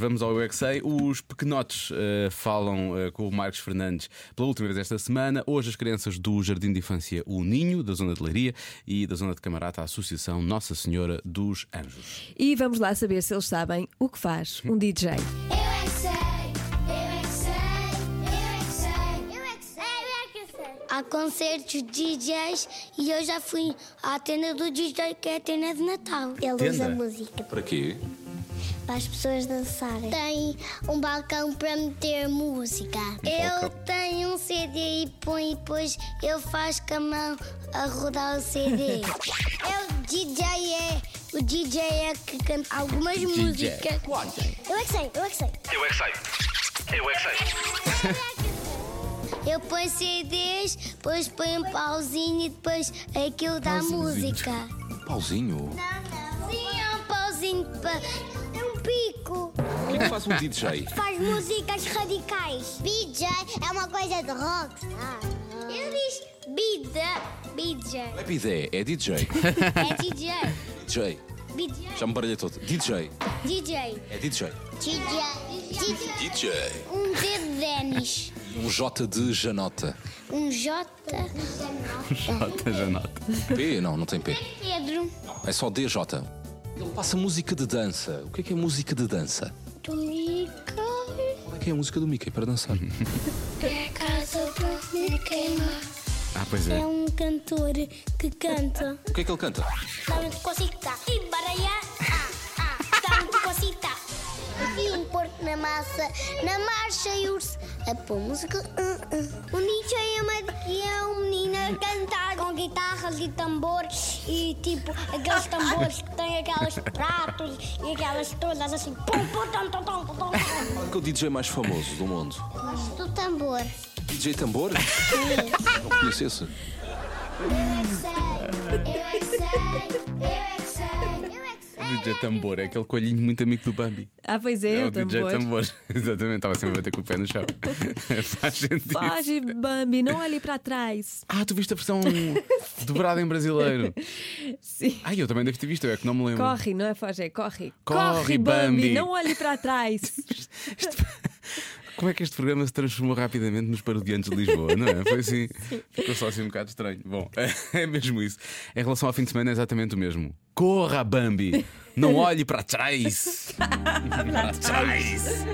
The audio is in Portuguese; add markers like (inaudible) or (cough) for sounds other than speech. Vamos ao UXA. Os pequenotes eh, falam eh, com o Marcos Fernandes pela última vez esta semana. Hoje, as crianças do Jardim de Infância O Ninho, da Zona de Leiria e da Zona de Camarata, a Associação Nossa Senhora dos Anjos. E vamos lá saber se eles sabem o que faz um DJ. Eu é que sei, eu é que sei, eu é que sei, eu é que sei, eu é que sei. Há concertos de DJs e eu já fui à tenda do DJ, que é a tenda de Natal. Ele usa música Para quê? para as pessoas dançarem. Tem um balcão para meter música. eu tenho um CD e põe e depois eu faço com a mão a rodar o CD. eu, DJ é. O DJ é que canta algumas músicas. Eu é que sei, eu é que sei. Eu é que sei. Eu é que sei. Eu ponho CDs, depois ponho um pauzinho e depois aquilo dá música. Não, Pauzinho. não. Sim, é um pauzinho de pa... É um pico. O que é que faz um DJ? Faz músicas radicais. BJ é uma coisa de rock. Ah, Eu disse BJ. Não é bidé, é DJ. É DJ. DJ. BJ. Já me baralhei todo. DJ. DJ. É DJ. DJ. DJ. DJ. Um D de Denis. Um J de Janota. Um J. Jota Janota. P? Não, não tem P. Pedro. É só DJ. Ele passa música de dança. O que é que é música de dança? Domingo. Qual é que é a música do Mickey para dançar? É casa para me queimar. Ah, pois é. É um cantor que canta. O que é que ele canta? Dá-me cosita. E baralha. Ah, ah. Dá-me (laughs) cosita. E um porco na massa, na marcha e urso. A pôr Eh, música. Uh, uh. O Nietzsche é uma que é um menino a cantar com guitarras e tambores e tipo aqueles tambores (laughs) que têm aqueles pratos e aquelas todas assim. Pum, pum, tum, tum, tum, tum, tum. Qual é que é o DJ mais famoso do mundo? Gosto do tambor. DJ (laughs) Tambor? Não conheço esse. O DJ Tambor é aquele coelhinho muito amigo do Bambi. Ah, pois é, é o o DJ tambor. Tambor. (laughs) Exatamente, estava sempre a bater com o pé no (laughs) chão. Faz sentido. Foge, Bambi, não olhe para trás. Ah, tu viste a (laughs) versão dobrada em brasileiro. (laughs) Sim. Ai, eu também devo ter visto, eu é que não me lembro. Corre, não é foge, é corre. Corre, Bambi, Bambi. não olhe para trás. (laughs) Como é que este programa se transformou rapidamente nos parodiantes de Lisboa, não é? Foi assim. Ficou só assim um bocado estranho. Bom, (laughs) é mesmo isso. Em relação ao fim de semana, é exatamente o mesmo. Corra, Bambi! Não olhe para trás! para trás!